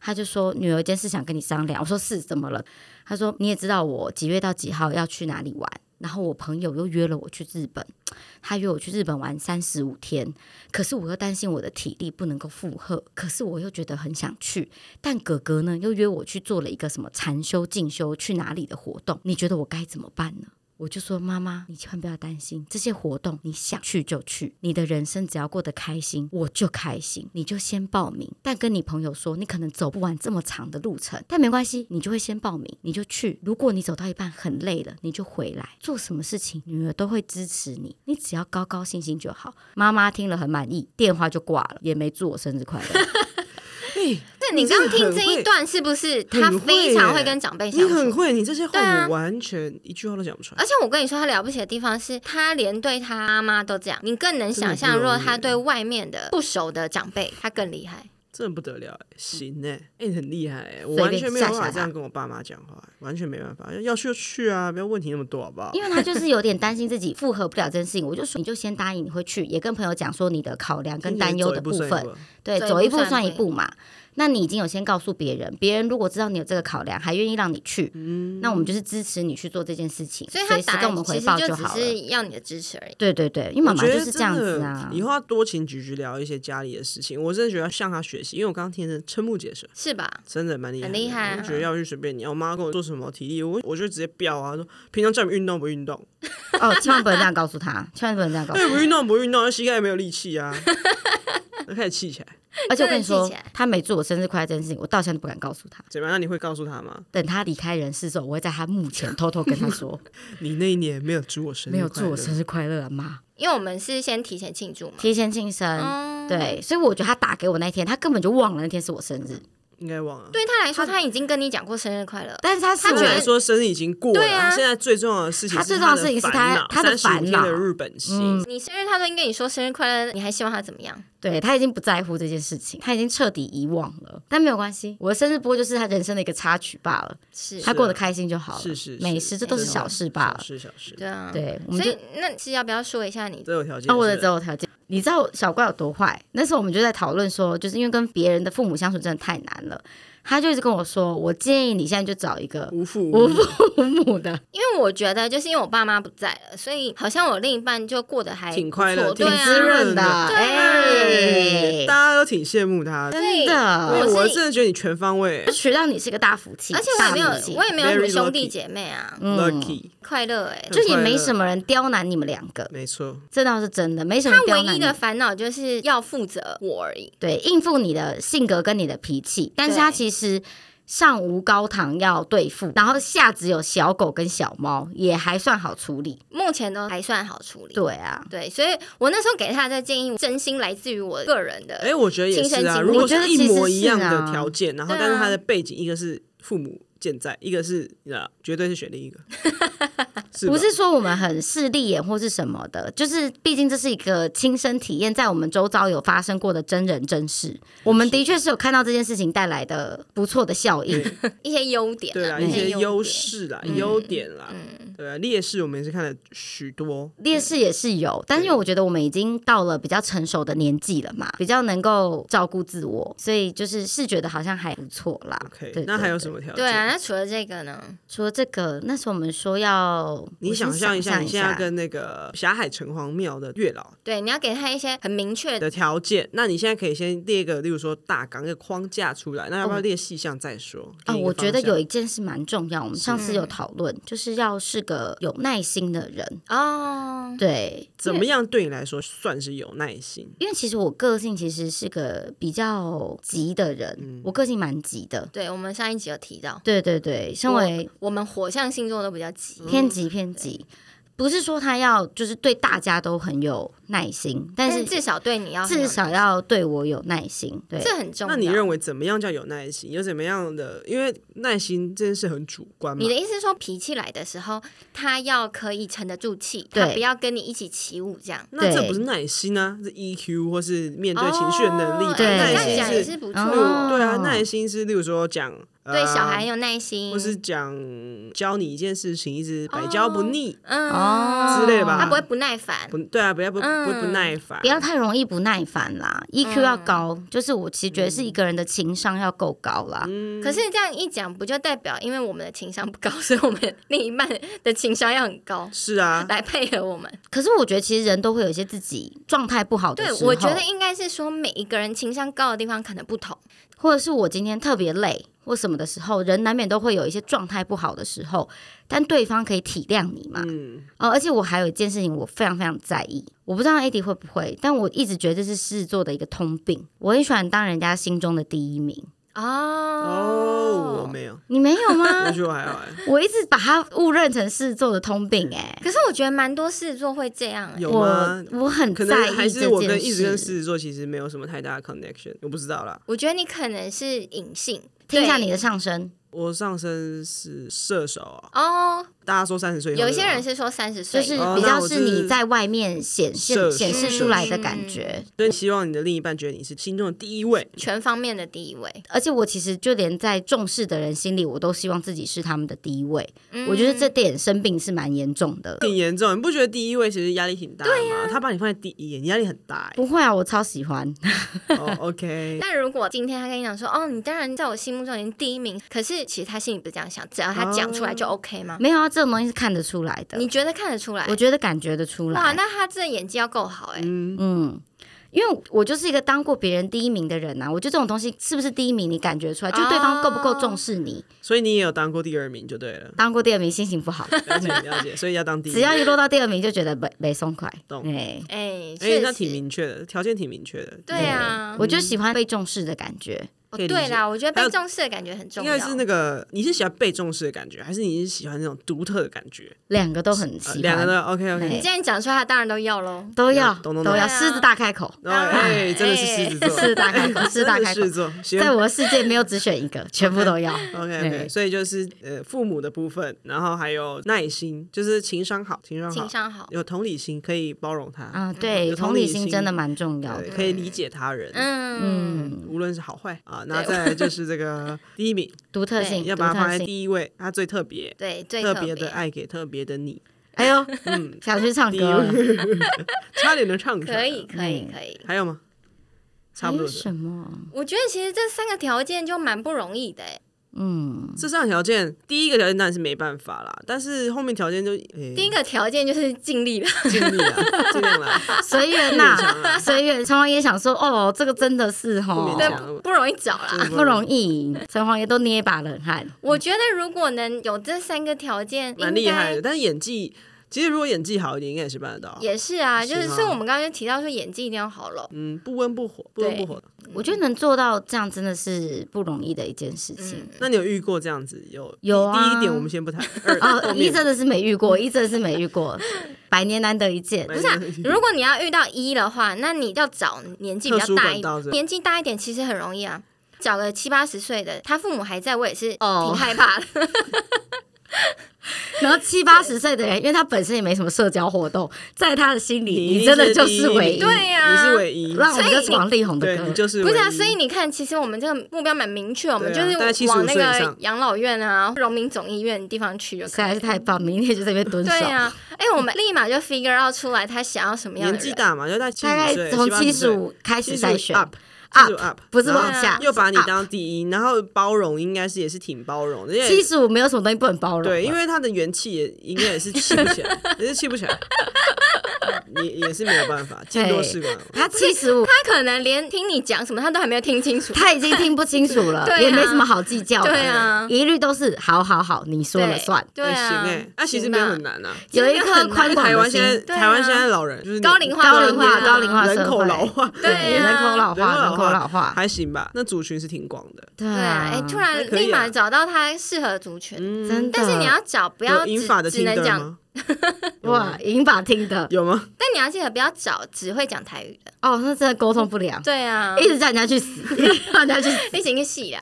她就说，女儿有件事想跟你商量。我说是，怎么了？她说你也知道我几月到几号要去哪里玩，然后我朋友又约了我去日本，他约我去日本玩三十五天，可是我又担心我的体力不能够负荷，可是我又觉得很想去。但哥哥呢，又约我去做了一个什么禅修、进修去哪里的活动，你觉得我该怎么办呢？我就说妈妈，你千万不要担心，这些活动你想去就去，你的人生只要过得开心，我就开心，你就先报名。但跟你朋友说，你可能走不完这么长的路程，但没关系，你就会先报名，你就去。如果你走到一半很累了，你就回来。做什么事情，女儿都会支持你，你只要高高兴兴就好。妈妈听了很满意，电话就挂了，也没祝我生日快乐。
哎，
那你刚听这一段是不是他非常会跟长辈
你
相
很
处？
会，你这些
对啊
话我完全一句话都讲不出
啊
来。
而且我跟你说，他了不起的地方是他连对他妈都这样，你更能想象，
真的不容易
如果他对外面的不熟的长辈，他更厉害。
真的不得了、欸，行哎、欸，哎、你很厉害、欸，我
随
完
便
全没有
吓
办法
吓
这样跟我爸妈讲话、完全没办法，要去就去啊，不要问题那么多好不好？
因为他就是有点担心自己复合不了这件事情，我就说你就先答应你会去，也跟朋友讲说你的考量跟担忧的部
听起来走一步算
分
一，步
对，
走一
走一
步
步
算
算一
一
步嘛。那你已经有先告诉别人，别人如果知道你有这个考量，还愿意让你去，那我们就是支持你去做这件事情，
所以他
随时
打
跟我们
来
回
其实
报
就只
好了。
是要你的支持而已。
对对对，因为妈
我
妈
觉
就
得
是这样
真的
子啊
以。后要多请菊菊聊一些家里的事情，我真的觉得要向她学习，因为我刚刚听的瞠目结舌，
是吧？
真的蛮厉害的，
很厉害啊
我觉得要去随便你，我妈跟我做什么体力，我我就直接飙啊，说平常叫你运动不运动，
哦，千万不能这样告诉他，千万不能这样告 诉
对，
他。
不运动不运动，膝盖也没有力气 啊，就开始气起来。
而且我跟你
真的
说
记起来，
他每祝我生日快乐这件事情，我到现在都不敢告诉他。
怎么样？那你会告诉他吗？
等他离开人世之后，我会在他墓前偷偷跟他说
你那一年没有祝我：“生日，
没有祝我生，日快乐啊，妈！
因为我们是先提前庆祝嘛。
提前庆生。
嗯，
对，所以我觉得他打给我那天，他根本就忘了那天是我生日，
应该忘了。
对他来说，他已经跟你讲过生日快乐。
但是他是
他
我
虽然
的
说生日已经过了，
对啊
现在最重要的事情
他
是
最重要
他
的事情是
烦
他
恼，
他的
35
烦
天
恼嗯
的日本行。
你生日他都应该跟你说生日快乐，你还希望他怎么样？
对他已经不在乎这件事情，他已经彻底遗忘了。但没有关系，我的生日不过就是他人生的一个插曲罢了，
是，
他过得开心就好了。
是是是
美食这都是小事罢
小
了。
事小事，
对啊，。
对，我们
所
就
以那是要不要说一下你？
都有条件。
啊，我的
是
择偶条件，你知道小怪有多坏？那时候我们就在讨论说，就是因为跟别人的父母相处真的太难了，他就一直跟我说，我建议你现在就找一个
无父
无
母
父母的，
因为我觉得就是因为我爸妈不在了，所以好像我另一半就过得还
挺快乐，
不错
挺
对啊
滋润
的，
的，
哎、
大家都挺羡慕他的。
对
真的
我。是
我真的觉得你全方位
就娶到你是个大福气，
而且我也没
大福嗯气
有，我也没有什么
Very
兄弟
lucky
姐妹啊，
lucky，
快乐哎、
很
嗯就也没
快乐
什么人刁难你们两个，
没错，
这倒是真的，没什么
他
刁
唯
难
一
你
的。烦恼就是要负责我而已。
对，应付你的性格跟你的脾气，但是
对
他其实上无高堂要对付，然后下只有小狗跟小猫，也还算好处理。
目前都还算好处理。
对啊，
对，所以我那时候给他的建议，真心来自于我个人的。
哎，我觉得也
亲
是
身
啊。
经历
如果
我觉得
是一
其实
模一
是
样
啊
的条件，然后
对啊
但是他的背景，一个是父母健在，一个是你知道，绝对是选另一个， 是吧
不是说我们很势利眼或是什么的，就是毕竟这是一个亲身体验，在我们周遭有发生过的真人真事，我们的确是有看到这件事情带来的不错的效应。
一些优点
对
啦，
啦，
一
一
些
些优
点。嗯
势啦，优点啦，对啊，劣势我们也是看了许多，
劣势也是有，但是因为我觉得我们已经到了比较成熟的年纪了嘛，比较能够照顾自我，所以就是是觉得好像还不错啦。
OK，
对
那还有什
么？
么条件？
对啊，那除了这个呢？
除了这个，那时候我们说要，呃
你
我先
想象一
下，哦
下，你现在跟那个霞海城隍庙的月老
对，你要给他一些很明确的。
的条件，那你现在可以先列一个，例如说大纲一个框架出来，那
哦
要不要列细项再说？
啊、
给你一个
我觉得
方向
有一件事蛮重要，我们上次有讨论，就是要是个有耐心的人。
嗯
哦，
对，
怎么样对你来说算是有耐心？
因为其实我个性其实是个比较急的人，
嗯
我个性蛮急的。
对，我们上一集有提到，
对对对，身为
我们火象星座都比较急，
偏激偏激，不是说他要就是对大家都很有耐心，但
但
是
是至少对你要很有
至少要对我有耐心。对，
这很重要。
那你认为怎么样叫有耐心？有怎么样的？因为耐心这件事很主观嘛
你。的意思是说，脾气来的时候，他要可以沉得住气，他
对
不要跟你一起起舞这样。
那这
对
不是耐心啊，是 EQ 或是面对情绪的能力吧。
哦
对
哎
耐
这样讲也
心
是不错。
嗯
哦对啊
哦，
耐心是例如说讲
对小孩很
呃
有耐心，
或是讲教你一件事情，一直
哦
百教不腻。
嗯
哦之类吧
他不会不耐烦
不，对啊，不要不
嗯
不不耐烦
不，要太容易不耐烦啦，EQ 要高，就是我其实觉得
嗯
是一个人的情商要够高啦。
嗯
可是这样一讲，不就代表因为我们的情商不高， 所以我们另一半的情商要很高
是啊，
来配合我们？
可是我觉得其实人都会有一些自己状态不好的
对
时，候，
我觉得应该是说每一个人情商高的地方可能不同。
或者是我今天特别累或什么的时候，人难免都会有一些状态不好的时候，但对方可以体谅你嘛。
嗯，
哦，而且我还有一件事情，我非常非常在意，我不知道 AD 会不会，但我一直觉得这是狮子座的一个通病。我很喜欢当人家心中的第一名，
哦
哦，我没有，
你没有
我
吗？
觉得我还好哎。
我一直把它误认成狮子座的通病、哎，
可是我觉得蛮多事做会这样、欸，
有吗嗯
我？我很
可
在
能
意
还
这
是我
件
跟一直跟狮
事。
子座其实没有什么太大的 connection，我不知道啦。
我觉得你可能是隐性。
听一下
对
你的上身，
我上身是射手啊，
哦，
大家说三十岁以后
有一
就
些
好
人是说三十
就
岁，
是
哦
比
那
较
我
是
就是
你在外面显现
射
显示
手
出来的
嗯
感觉。
所以希望你的另一半觉得你是心中的第一位。
全方面的第一位。
而且我其实就连在重视的人心里，我都希望自己是他们的第一位。
嗯
我觉得这点生病是蛮严重的。
挺严重，你不觉得第一位其实压力挺大的吗？他把你放在第一，你压力很大、欸。
不会啊，我超喜欢。
哦，OK，
但如果今天他跟你讲说，哦，你当然在我心目中已经第一名，可是其实他心里不是这样想，只要他讲出来就 OK 吗？
没有啊，这种东西是看得出来的
你，觉得看得出来？
嗯我觉得感觉得出
哇，
来。
那他这演技要够好哎、
嗯，
嗯，因为我就是一个当过别人第一名的人啊，我觉得这种东西是不是第一名，你感觉出来，就对方够不够重视你。
所以你也有当过第二名就对 了，
当过第二名心情不好，
了解了解，所以要当第一。
只要一落到第二名就觉得没没松快。
懂
哎，
哎、
哎、
确实，
那挺明确的，条件挺明确的。
对啊，
我就喜欢被重视的感觉。
哦
可以理
对
解
啦，我觉得被
还有
重视的感觉很重
应
要。
该是那个，你是喜欢被重视的感觉，还是你是喜欢那种独特的感觉？
两个都很喜
呃
欢，
两、个呢？OK OK，
对
你既然讲出来，他当然都要喽。
都要
懂懂
都要，
懂
狮子大开口，
然后哎，真的是狮子座，
狮子啊大开口，狮子大
真的
开口
是狮子，座，
在
在
我的世界没有只选一个，全部都要。
OK OK，
对
所以就是呃父母的部分，然后还有耐心，就是情商好，情商好，
情商好，
有同理心，可以包容他，
啊，
嗯
对，
有同
同理
理
心
心
真的蛮重要
对，
的。
可以理解他人，
嗯，
嗯，
无论是好坏啊。然后再来就是这 个第一名，
独特性，
要
哎独
把它放
特
在
性。
第一位，他最特别，
对，最
特
别
别的，爱给特别的你，
哎呦，
嗯，
想去唱
第一
歌了。
位，差点能唱出来
可以，可以，
嗯
可以。
还有吗？差
还
不
有
多的。
哎什么？
我觉得其实这三个条件就蛮不容易的哎。
嗯，
这三个条件，第一个条件当然是没办法啦，但是后面条件就诶
第一个条件就是尽 力了，
尽力 啦，尽量啦，
随缘呐，随缘。陈王爷想说，哦，这个真的是
啊不勉，
吼
对
强，讲了
不不容易找啦。
真的
不容易。陈王爷都捏一把冷
嗯
汗。
我觉得如果能有这三个条件，
蛮
应
厉害
该
的。但是演技，其实如果演技好一点，应该也是办得到。
也是啊。就是是，
吗
所以我们刚刚就提到说演技一定要好 咯。
嗯，不温不火，不温
对
不火的。
我觉得能做到这样真的是不容易的一件事情。
那你有遇过这样子？有
有
第第
啊
一点我们先 不谈，二
哦，
后
一
面
真的是没遇过，一真的是没遇过，百年难得一见。
不
不是、啊，如果你要遇到一的话，那你要找年纪比较大一
特殊管道是
点，
吧
年纪大一点其实很容易啊。找个七八十岁的，他父母还在，我也是
哦
挺害怕的。
然后七八十岁的人，因为他本身也没什么社交活动，在他的心里，你真的就是唯一。
对呀
你是唯一，
让我们就是王力宏 的
对你
歌。
就是
不是啊，
唯一
所以你看，其实我们这个目标蛮明确，我们
对啊
就是
大概75
往那
岁以
个
上啊
养老院啊、荣民总医院地方去就
实
可以
在
了。
是太棒，明天就在那边蹲守
对。啊，哎、我们立马就 figure out 出来他想要什么样的
年
人。
纪大嘛，就在
大概从七十五开始筛选
up
up，
up，
不是
然后
往下，
又把你当第一，然后包容应该是也是挺包容的，因为
七十五没有什么东西不能包容。
对，因为他的元气也应该也是气不 起来，也是气不起来，也也是没有办法，见多识广。
他七十五，
他可能连听你讲什么，他都还没有听 清楚。
他已经听不清楚了，
对啊
也没什么好计较的。
对啊
一律都是好好好，你说了
对
算。
对
哎行
啊，
哎，那其实
行
没有
啊
很难啊。
有一
真的
颗
很
宽
难
广
台
的
湾现
心
在，
对啊
台湾现在老人就是
高龄化，
高龄化，
对啊
高龄化社会，
人口老化，
对啊
人口老化，人口老化，
还行吧，那族群是挺广的，
对
对啊，哎、突
还
然
可以啊
立马找到他适合的族群，
嗯，
真的，
但是你要找不要
有
只
英法的
只
听
能
的
讲，
吗？
哇，银法听的
有吗？
但你要记得不要找只会讲台语的。
哦，那真的沟通 不良，
对啊，
一直叫人家去死， 一直叫人家去死，
一起一个戏啦，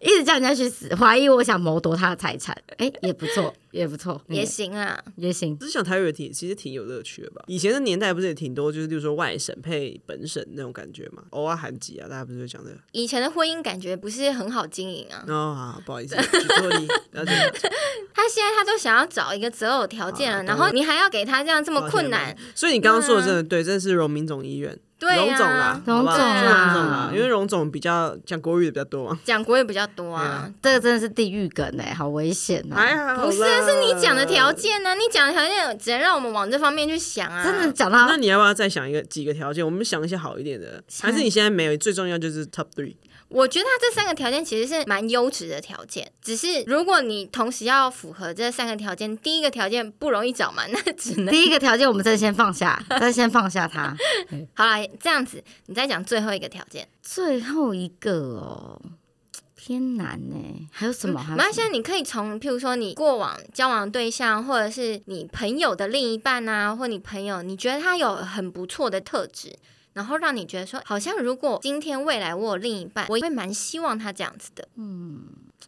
一直叫人家去死，怀疑我想谋夺他的财产，哎，也不错，也不错，
也
嗯
行啊。
也行，
只是讲台语挺，其实挺有乐趣的吧。以前的年代不是也挺多，就是例如说外省配本省那种感觉嘛，偶尔韩籍啊，大家不是会讲这个。
以前的婚姻感觉不是很好经营啊，
哦，好，不好 意思，举错例，了解了解
他现在他都想要找一个择偶条件了，
啊
然后你还要给他这样这么
抱歉
困难，。嗯
所以你刚刚说的真的对，这是荣民总医院，
对
荣总
啊
啦，，
荣
好不好
总
是荣
啦
总啊啦，因为荣总比较讲国语的比较多啊嘛。
讲国语比较多啊。
这个真的是地狱梗哎，好危险
还
啊！
好啦，
不是啊，是你讲的条件啊呢、你讲的条件只能让我们往这方面去想啊。
真的讲到
那你要不要再想一个几个条件？我们想一些好一点的，还是你现在没有？最重要就是 top three，
我觉得他这三个条件其实是蛮优质的条件，只是如果你同时要符合这三个条件，第一个条件不容易找嘛， 那只能
第一个条件，我们真的先放下，真的先放下他。
好啦，这样子你再讲最后一个条件。
最后一个哦，偏难呢，还有什么？还有
那
什么
现在你可以从，譬如说你过往交往的对象，或者是你朋友的另一半啊，或你朋友，你觉得他有很不错的特质，然后让你觉得说，好像如果今天未来我有另一半，我会蛮希望他这样子的。嗯，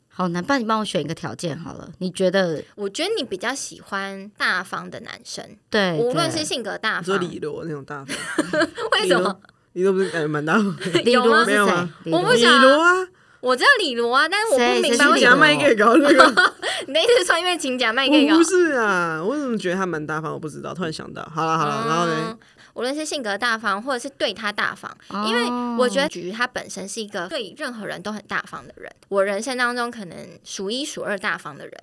好难办，你帮我选一个条件好了。你觉得
我觉得你比较喜欢大方的男生，
对？
无论
哎对
是性格大
你说
方，
李罗那 种大方，
啊为什 么？
李罗不是感觉蛮大方的？
李
有
罗
吗
是
没有
谁
啊？
李
我
罗
不
李
想
罗 啊，
我知道李罗啊，但是我
谁
不明白
谁是
为
李
什
假
么
罗
卖给搞那个，
你的意思是说因为请假 卖给我
我不是啊，我怎么觉得他蛮大方？我不知道，突然想到，好了好
啊
了，然后呢
嗯？，无论是性格大方，或者是对他大方，
哦
因为我觉得菊他本身是一个对任何人都很大方的人，我人生当中可能数一数二大方的人。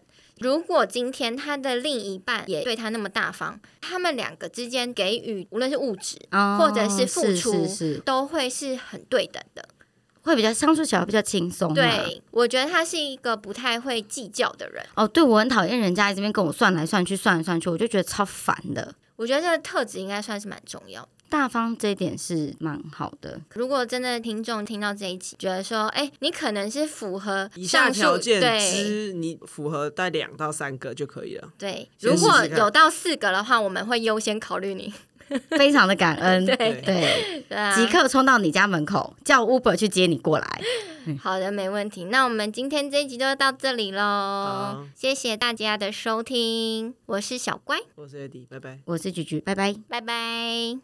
如果今天他的另一半也对他那么大方，他们两个之间给予无论是物质
哦
或者是付出
是是是
都会是很对等的。
会比较相处起来比较轻松、啊。，
对，我觉得他是一个不太会计较的人。
哦，对我很讨厌人家这边跟我算来算去，算来算去，我就觉得超烦的。
我觉得这个特质应该算是蛮重要的
大方这一点是蛮好 的，
如果真的听众听到这一集，觉得说，哎、你可能是符合
以
上
下
述
条件
对
之你符合带两到三个就可以了。
对，
先
如
试试
果
看
有到四个的话，我们会优先考虑你。
非常的感恩。
对
对，
对啊，
即刻冲到你家门口，叫 Uber 去接你过来。
好的，没问题。那我们今天这一集就到这里喽
好，
谢谢大家的收听，我是小乖，
我是 AD，拜拜。
我是菊菊，拜拜。
拜拜。